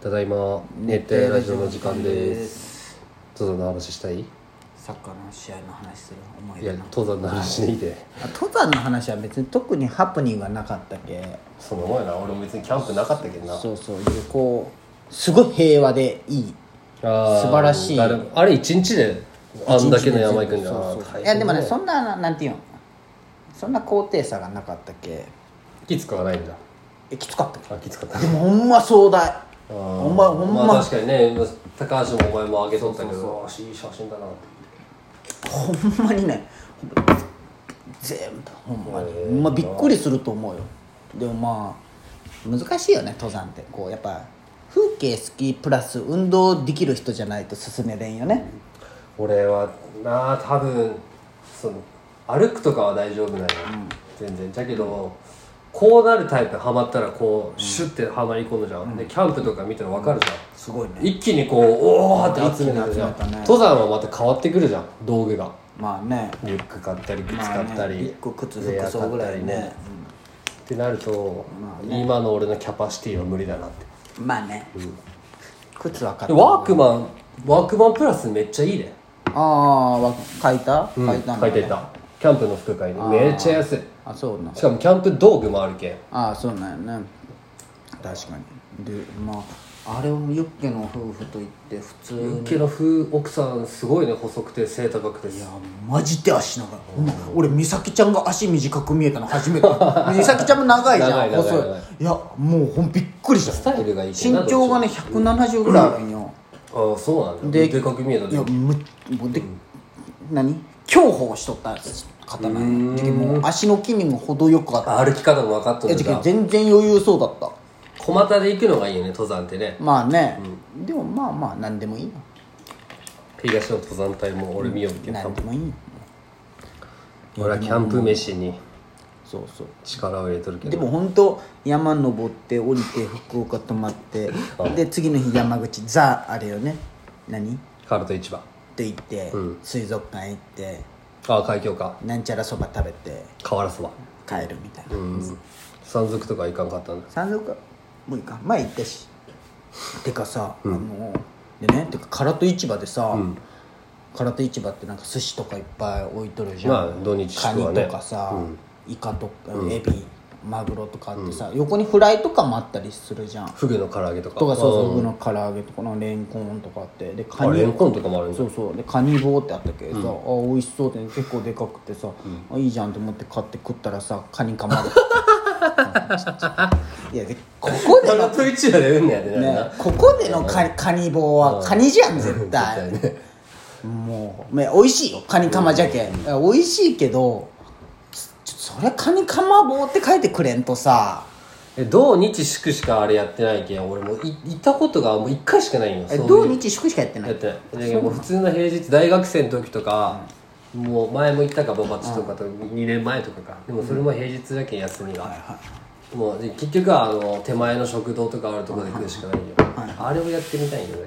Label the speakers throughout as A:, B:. A: ただいま熱帯ラジオの時間です登山の話したいい
B: サッカーの試合の話する思い
A: や
B: 出の
A: 登山の話でいいで
B: あ登山の話は別に特にハプニングはなかったけ
A: その前な俺も別にキャンプなかったけどな
B: そうそう旅行すごい平和でいい
A: あー
B: 素晴らしい
A: あれあれ一日であんだけの山行くんだな
B: そうそうそ
A: 大
B: う
A: 変
B: いやでもね
A: だ
B: そんななんていうんそんな高低差がなかったけ
A: きつくはないんだ
B: えきつかったけ
A: あきつかった
B: でもほんま壮大
A: あー
B: ほんまほんま
A: あ確かにね高橋もお前も上げとったけどあーいい写真だな
B: ほんまにね全部ほんまに、
A: へえ
B: ほんまびっくりすると思うよでもまあ難しいよね登山ってこうやっぱ風景好きプラス運動できる人じゃないと進めれんよね、
A: 俺はなあ多分その歩くとかは大丈夫なんよ、全然じゃけどこうなるタイプハマったらこう、シュッてハマり込むじゃん、でキャンプとか見たら分かるじゃん、
B: すごいね
A: 一気にこうおおって集め
B: 一気
A: るじ
B: に集
A: ゃ
B: め
A: ん、
B: たね
A: 登山はまた変わってくるじゃん道具が
B: まあね
A: リュック買ったり靴買ったり、
B: まあねリュック靴
A: ウェア
B: 服装ぐら
A: 買
B: いね
A: ったりってなると、
B: まあ
A: 今の俺のキャパシティは無理だなって
B: まあね、靴は買
A: で
B: った
A: ワークマンワークマンプラスめっちゃいいね
B: ああわ買いた
A: うん
B: 買いたんだ、
A: 書
B: ね
A: いてたキャンプの服買いにめっちゃ安い
B: あそうなん
A: しかもキャンプ道具もあるけん
B: ああそうなんやね確かにでまああれをユッケの夫婦と言って普通
A: ユッ
B: に
A: ケの夫奥さんすごいね細くて背高くて
B: いやマジで足長い、ほんま俺美咲ちゃんが足短く見えたの 初めて美咲ちゃんも長いじゃ
A: 長
B: ん
A: い長い長い
B: 細いいやもうほんびっくりし
A: ス
B: た
A: タイルがいいけ
B: 身
A: どな
B: 長がね170ぐらいあるんよ、
A: ああそうなんだ
B: で
A: でかく見えた
B: いや
A: ね
B: むもうで、何競歩をしとった方なんやもう足の筋肉も程よくあった
A: あ歩き方も分かっと
B: え
A: る
B: じ
A: じ
B: ゃ
A: ゃ
B: あ全然余裕そうだった
A: 小股で行くのがいいよね登山ってね
B: まあね、でもまあまあ何でもいいよ
A: 東の登山隊も俺見よっけん
B: 何でもいいよ
A: 俺はキャンプ飯に
B: そうそう
A: 力を入れとるけ
B: で
A: ど
B: も本当山登って降りて福岡泊まってで次の日山口ザあれよね何っ
A: カルト市場
B: て行って、水族館行って
A: ああ海峡か
B: なんちゃらそば食べて
A: 瓦そば
B: 帰るみたいな、
A: うん山賊とか行かんかったんだ
B: 山賊はもういいか前行ったしてかさ、あのでねてか空手市場でさ、空手市場ってなんか寿司とかいっぱい置いとるじゃん、
A: まあ土日
B: カ
A: 祝
B: ニ
A: はね
B: とかさ、イカとかエビマグロとかあってさ、横にフライとかもあったりするじゃん
A: フグの唐揚げとか
B: とかそうそううん具の唐揚げとかのレンコンとかあってでカ
A: あレン
B: ニ
A: コンとかもあるんだ
B: そうそうでカニ棒ってあったけどさ、あ美味しそうって結構でかくてさ、あいいじゃんと思って買って食ったらさカニ かまれていやでここで
A: カ ルト市場でうんねやでな
B: ねここでのカニカニ棒はカニじゃん絶対
A: 絶対ね
B: もう、ね、美味しいよカニカマじゃけ、ん、美味しいけどちょそれカニカマ棒って書いてくれんとさ
A: え土日祝しかあれやってないけん俺もうい行ったことがもう1回しかないんよ
B: え
A: そういう
B: 土日祝しかやってな
A: やっ
B: い
A: てないでもう普通の平日大学生の時とか、もう前も行ったかババチとかと2年前とかかでもそれも平日だけん休みが、もうで結局はあの手前の食堂とかあるところで食うしかないよ、あれをやってみたいんだけ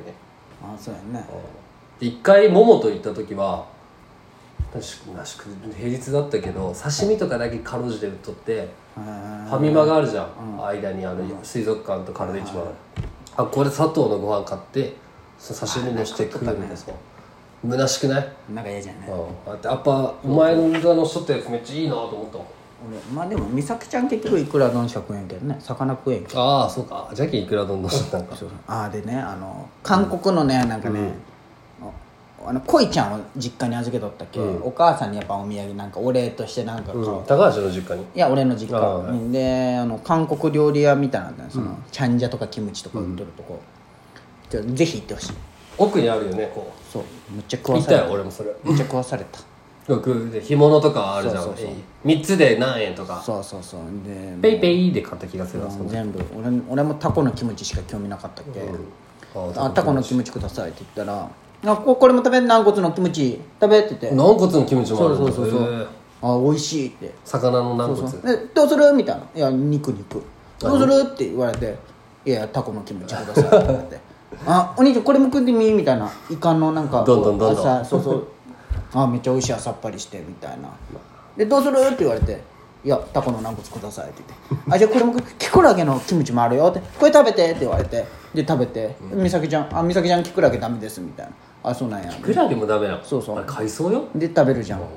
B: あそうやね
A: で一回ももと行った時は確かなしく平日だったけど刺身とかだけかろうじて売っとって
B: うん
A: ファミマがあるじゃん、間にあの水族館と体市場ある、あこれ砂糖のご飯買ってその刺身のして食うみたいなそう虚しくない、
B: なんか嫌じゃない
A: うん、あってやっぱお前がのしとったやつめっちゃいいなと思ったもん
B: 俺まあでも美咲ちゃん結局いくら丼しか食えんけどね魚食えんけど
A: ああそうかじゃけいくら丼のしとったんか
B: ああでねあの韓国のねなんかね、ああの恋ちゃんを実家に預けとったっけ、お母さんにやっぱお土産なんかお礼としてなんか買う、
A: うん
B: い
A: 高橋の実家に
B: や俺の実
A: あ
B: 家
A: は
B: うんであの韓国料理屋みたいなんだよその、チャンジャとかキムチとか売ってるとこ、ちょぜひ行ってほしい
A: 奥にあるよねこ
B: そうむっちゃ食
A: う
B: わ
A: 行っ
B: され
A: た
B: た
A: よ俺もそれ
B: めっちゃ食わされた
A: 僕で干物とかあるじゃん
B: そうそうそう
A: 3つで何円とか
B: そうそうそうで
A: ペイペイで買った気がするなそ
B: もう
A: の
B: 全部俺俺もタコのキムチしか興味なかったっけ、
A: あ
B: あタコのキムチくださいって言ったら「あここれも食べん軟骨のキムチ食べ」って言って「
A: 軟骨のキムチもあ
B: そ
A: る
B: うんそ
A: だ
B: うそうそ
A: へえ
B: うあ美味しい」って
A: 魚の軟
B: 「
A: 骨
B: そうでどうする?」みたいな「いや肉肉どうする?」って言われて「いやタコのキムチください」って言われて「あお兄ちゃんこれも食ってみ」みたいなイカのなんか
A: どんどんどんどん
B: 朝そうそうあめっちゃ美味しいあさっぱりしてみたいな「でどうする?」って言われて「いやタコの軟骨ください」って言って「あじゃあこれもキクラゲのキムチもあるよ」って「これ食べて」って言われてで食べて「美咲ちゃんあ美咲ちゃんキクラゲダメです」みたいな「あそうなんや」
A: クラゲもダメなの
B: そうそう
A: あれ海藻よ
B: で食べるじゃんも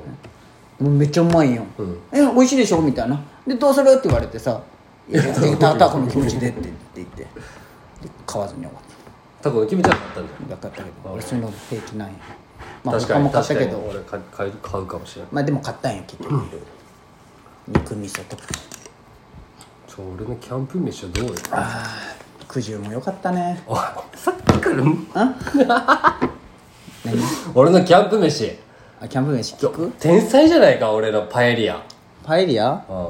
B: うめっちゃうまいよ、え美味しいでしょみたいなでどうするって言われてさ「いやタタコの気持ちで」って言ってで買わずに終わった
A: タコのキムチは買ったんだよ
B: 分かったけど俺そういうの平気なんやまあ
A: 確
B: 他
A: か
B: も
A: に
B: 買っ
A: 確
B: た
A: か
B: け
A: に
B: ど
A: 俺買い買い買うかもしれない
B: まあでも買ったんや結局肉味噌とか
A: ちょ俺のキャンプ飯はどうよ
B: あーくじゅうも良かったね
A: おいさっきから
B: 何
A: 俺のキャンプ飯
B: あキャンプ飯聞く
A: 天才じゃないか俺のパエリア、
B: パエリア
A: うん、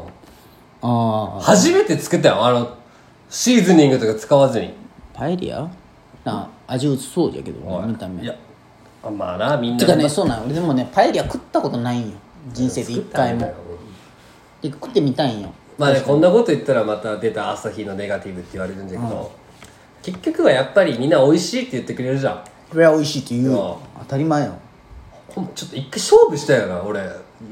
B: ああ
A: 初めて作ったよあのシーズニングとか使わずに
B: パエリアなあ味薄そうじゃけどね見た目
A: いやあまあなみんな
B: てかねそうなん俺でもねパエリア食ったことないんよ人生で一回もで食ってみたいんよ
A: まあねこんなこと言ったらまた出た朝日のネガティブって言われるんだけど、結局はやっぱりみんな美味しいって言ってくれるじゃん
B: これは美味しいって言う
A: あ
B: よ当たり前よ
A: ほんまちょっと一回勝負したよな俺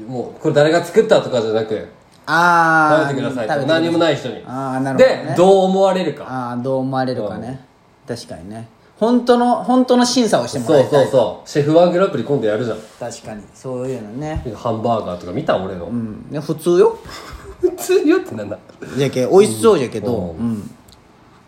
A: もうこれ誰が作ったとかじゃなく
B: あ
A: 食
B: あ
A: べてください
B: 食
A: と
B: べて
A: 何もない人に
B: あーなるほどね
A: でどう思われるか
B: ああどう思われるかね確かにね本当の本当の審査をしてもら
A: そう
B: いた
A: そ
B: いう
A: そうシェフワングランプリ今度やるじゃん
B: 確かにそういうのね
A: ハンバーガーとか見た俺の、
B: うんね普通よ
A: 普通よってなんだ
B: じゃけ美味しそうじゃけど
A: う
B: うん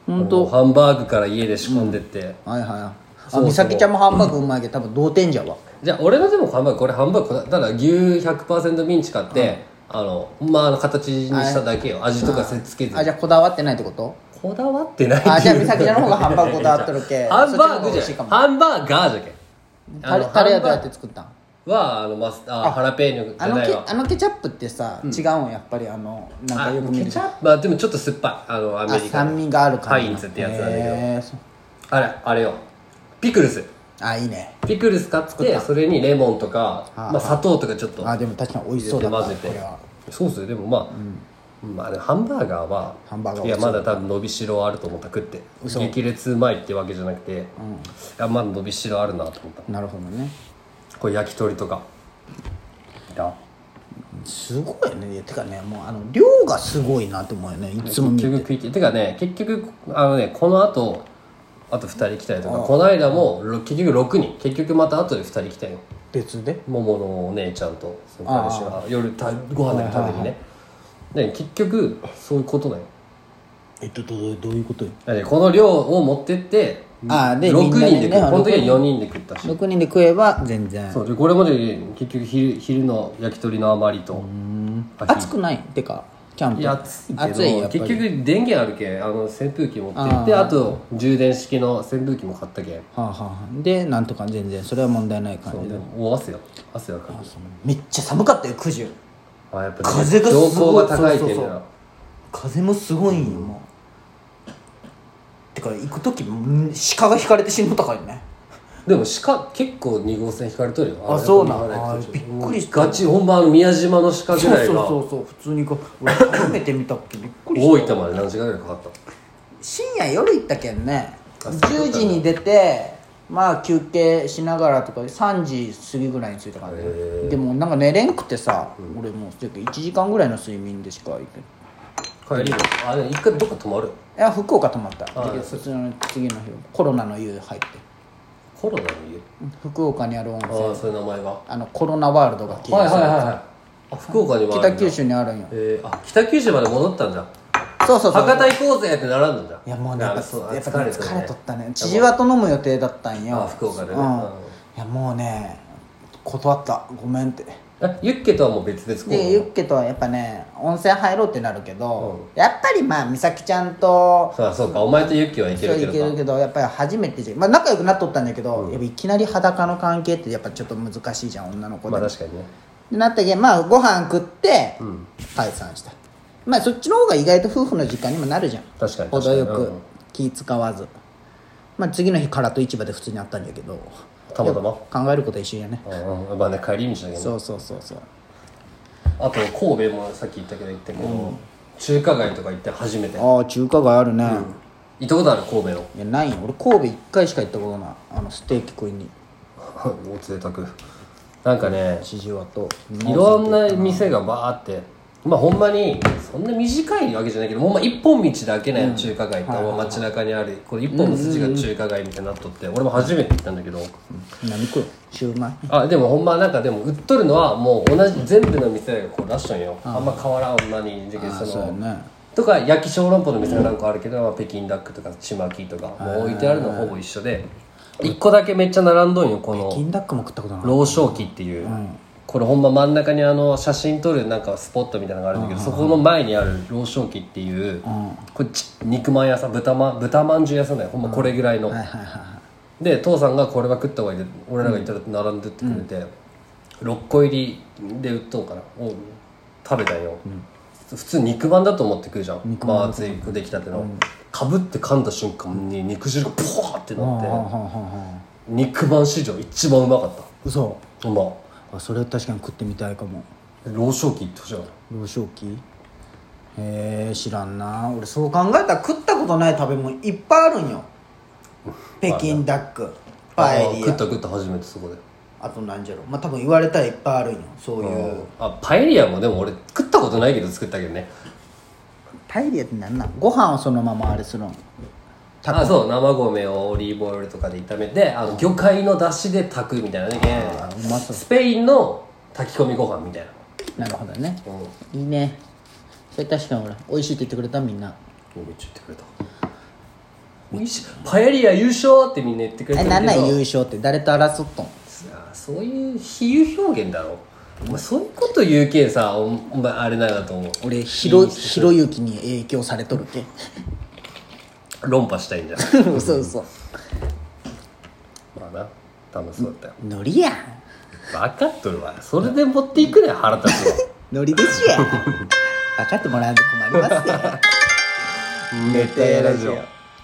A: 本当ハンバーグから家で仕込んでって、
B: はいはいはいあ美咲ちゃんもハンバーグうまいけど多分同点じゃわ
A: じゃあ俺のでもハンバーグこれハンバーグこだただ牛100%ミンチ買って、あのまああの形にしただけよ味とかせつけず
B: あじゃあこだわってないってこと
A: こだわってないっていう
B: あじゃあ美咲ち ゃ んの方がハンバーグこだわっとる け
A: ハンバーグ
B: そっちの方が美
A: じ
B: 味しい
A: ゃ
B: か
A: ん
B: も
A: ハンバーガーじゃけん
B: タレタレはどうやって作ったん
A: はあのマスあハラペーニョじ
B: あ
A: ゃ
B: の
A: な
B: ケ
A: いわ
B: あのケチャップってさ、違うんやっぱりあのなんかよく見るじゃん
A: まあでもちょっと酸っぱいあのアメ
B: あ
A: リカ
B: 酸
A: の
B: 味がある感じ
A: パインズってやつなんだけど
B: だけ
A: あれあれよピクルス
B: あいいね
A: ピクルス買ってそれにレモンとか、
B: あ
A: まあ、砂糖とかちょっと
B: あでも確かに美味しそう
A: 入れ
B: だ
A: て
B: った
A: 混ぜて
B: これは
A: そうっすよでもまあ、まあ、でもハンバーガーは
B: ハンバーガー
A: いやまだ多分伸びしろあると思った食って激烈うまいってわけじゃなくて、いやまだ伸びしろあるなと思っ
B: なるほどね
A: たこれ焼き鳥とかいや
B: すごいねいやてかねもうあの量がすごいなって思うよねいつも
A: 結
B: 見
A: 局食いててかね結局あのねこの後あと2人来たりとかこの間もろ結局6人結局また後で2人来たよ
B: 別で
A: 桃のお姉ちゃんとその彼氏が夜たご飯だけ食べにね、で結局そういうことだよ
B: えっとどうどういうことよ
A: だってこの量を持ってって
B: あーで
A: 6人で
B: み
A: 食
B: んなでね
A: うこの時は4人で食ったし
B: 6人で食えば全然
A: そうでこれまで結局昼昼の焼き鳥の余りとあ
B: 暑くないてかキャンプ
A: いや暑いけど
B: 暑いやっぱり
A: 結局電源あるけんあの扇風機持ってってあと充電式の扇風機も買ったけん
B: はあ、はあはあ、でなんとか全然それは問題ない感じ
A: で
B: で
A: も大汗よ汗はかく
B: めっちゃ寒かったよ9時
A: あやっぱ
B: 風がすごい
A: 標高が高いけんね
B: そうそうそう風もすごいんよ、もうてか行く時ん鹿が引かれて死ぬとかよね
A: でも鹿結構2号線引かれとるよ
B: あ
A: れ
B: そうなん
A: あれ
B: あびっくりした
A: ガチ本場の宮島の鹿ぐ
B: そう
A: らい
B: そうそ
A: が
B: うそう普通にこう俺初めて見たっけびっくりし
A: 大
B: た
A: 分まで何時間ぐらいかかった
B: 深夜夜行ったけんね
A: あそうだった
B: 10時に出てまあ休憩しながらとかで3時過ぎぐらいに着いたから
A: へー
B: ねでもなんか寝れんくてさ、俺もう1時間ぐらいの睡眠でしか行けない
A: 帰りもあれ一回どっか泊まる
B: いや福岡泊まった
A: あ
B: だけど普通の次の日コロナの湯入って
A: コロナの
B: 福岡にある温泉
A: 家ああそういう名前がは
B: あのコロナワールドが
A: い
B: 消
A: はい
B: え
A: はいはいあ福岡にもある
B: 北
A: んだ
B: 九州にあるんよ
A: えー、あ北九州まで戻ったんじゃん
B: そうそうそう
A: 博多行こうぜってならんのじゃん
B: いやもうねやっぱ
A: そう
B: やっぱね疲れとったね千
A: や
B: 々
A: ばい
B: 和と飲む予定だったんよ
A: あ福岡でね
B: うん
A: うん
B: いやもうね断ったごめんって
A: えユッケとはもう別々行
B: でユ
A: 動
B: ッケとはやっぱね温泉入ろうってなるけど
A: う
B: やっぱりまあ美咲ちゃんと
A: そうだそうかお前とユッケはいけ
B: そう
A: る
B: い
A: け
B: け
A: ど
B: るけどやっぱり初めてじゃんまあ仲良くなっとったんだけどやっぱいきなり裸の関係ってやっぱちょっと難しいじゃん女の子
A: まあ
B: で
A: 確かにね
B: でなったけんまあご飯食って解散した、まあそっちの方が意外と夫婦の時間にもなるじゃん
A: 確かに
B: 程よ
A: 確かに
B: く
A: うん
B: 気使わずまあ次の日からと市場で普通にあったんだけど
A: たまたま
B: 考えること一緒やね
A: うんうんまあね帰り道だけどね
B: そうそうそうそう
A: あと神戸もさっき言ったけど行ったけど、中華街とか行って初めて行っ
B: ああ中華街あるね、
A: たことある 神戸の
B: いやないよ俺神戸1回しか行ったことないあのステーキ食いに
A: お贅沢なんかね
B: 四十和と
A: いろんな店がバーってまあほんまにそんな短いわけじゃないけどほんま一本道で開けない中華街って、まあ街中にあるこの一本の筋が中華街みたいになっとって、俺も初めて行ったんだけど、
B: 何食うのシューマイ
A: あでもほんまなんかでも売っとるのはもう同じ全部の店がこう出しとんよ、あんま変わらんなにじゃけどそ
B: そう
A: の
B: やね
A: とか焼き小籠包の店が何個あるけど、まあ北京ダックとかちまきとかもう置いてあるのほぼ一緒で一個だけめっちゃ並んどんよこの
B: 銀だっこも食ったことない
A: 老少期っていう、これほんま真ん中にあの写真撮るなんかスポットみたいなのがあるんだけど、そこの前にある老少期っていう、こっち肉まん屋さん豚まん豚まんじゅう屋さんだよほんまこれぐらいの、
B: はいはいはいはい
A: で父さんがこれは食った方がいいで俺らが行ったら並んでってくれて、6個入りで売っとんかなを食べたんよ、普通肉まんだと思って食うじゃんまあ熱い出来たての、かぶって噛んだ瞬間に肉汁がポワーって
B: はあ
A: な
B: はあ
A: って
B: はあはあ
A: 肉まん史上一番うまかった
B: 嘘
A: ほんま
B: あそれ確かに食ってみたいかも
A: 老少期行ってほしいわ
B: 幼少期へえ知らんな俺そう考えたら食ったことない食べ物いっぱいある んよ北京ダックパエ
A: あ
B: リ
A: 食っ
B: ア
A: た食った初めてそこで
B: あとなんじゃろまあ多分言われたらいっぱいあるんよそういう
A: あパエリアもでも俺食ったことないけど作ったけどね
B: パエリアってなんなんご飯をそのままあれするんタコ
A: あそう生米をオリーブオイルとかで炒めてあの魚介の出汁で炊くみたいなね
B: うまそう
A: スペインの炊き込みご飯みたいな
B: なるほどね
A: うん
B: いいねそれ確かに俺美味しいって言ってくれたみんな
A: めっちゃ言ってくれた美味しいパエリア優勝ってみんな言ってくれ
B: え
A: てる
B: な
A: け
B: んなん優
A: ど
B: 勝って誰と争っとん
A: さあそういう比喩表現だろお前そういうこと言うけんさおお前あれなんだと思う
B: 俺ひろひろゆきに影響されとるけ
A: 論破したいんじゃん
B: 嘘嘘
A: まあな楽しそうだったよ
B: ノリやん
A: 分かっとるわそれで持っていくね腹立つわ
B: ノリですやん分かってもらわんと困りますよ
A: 寝てラジオ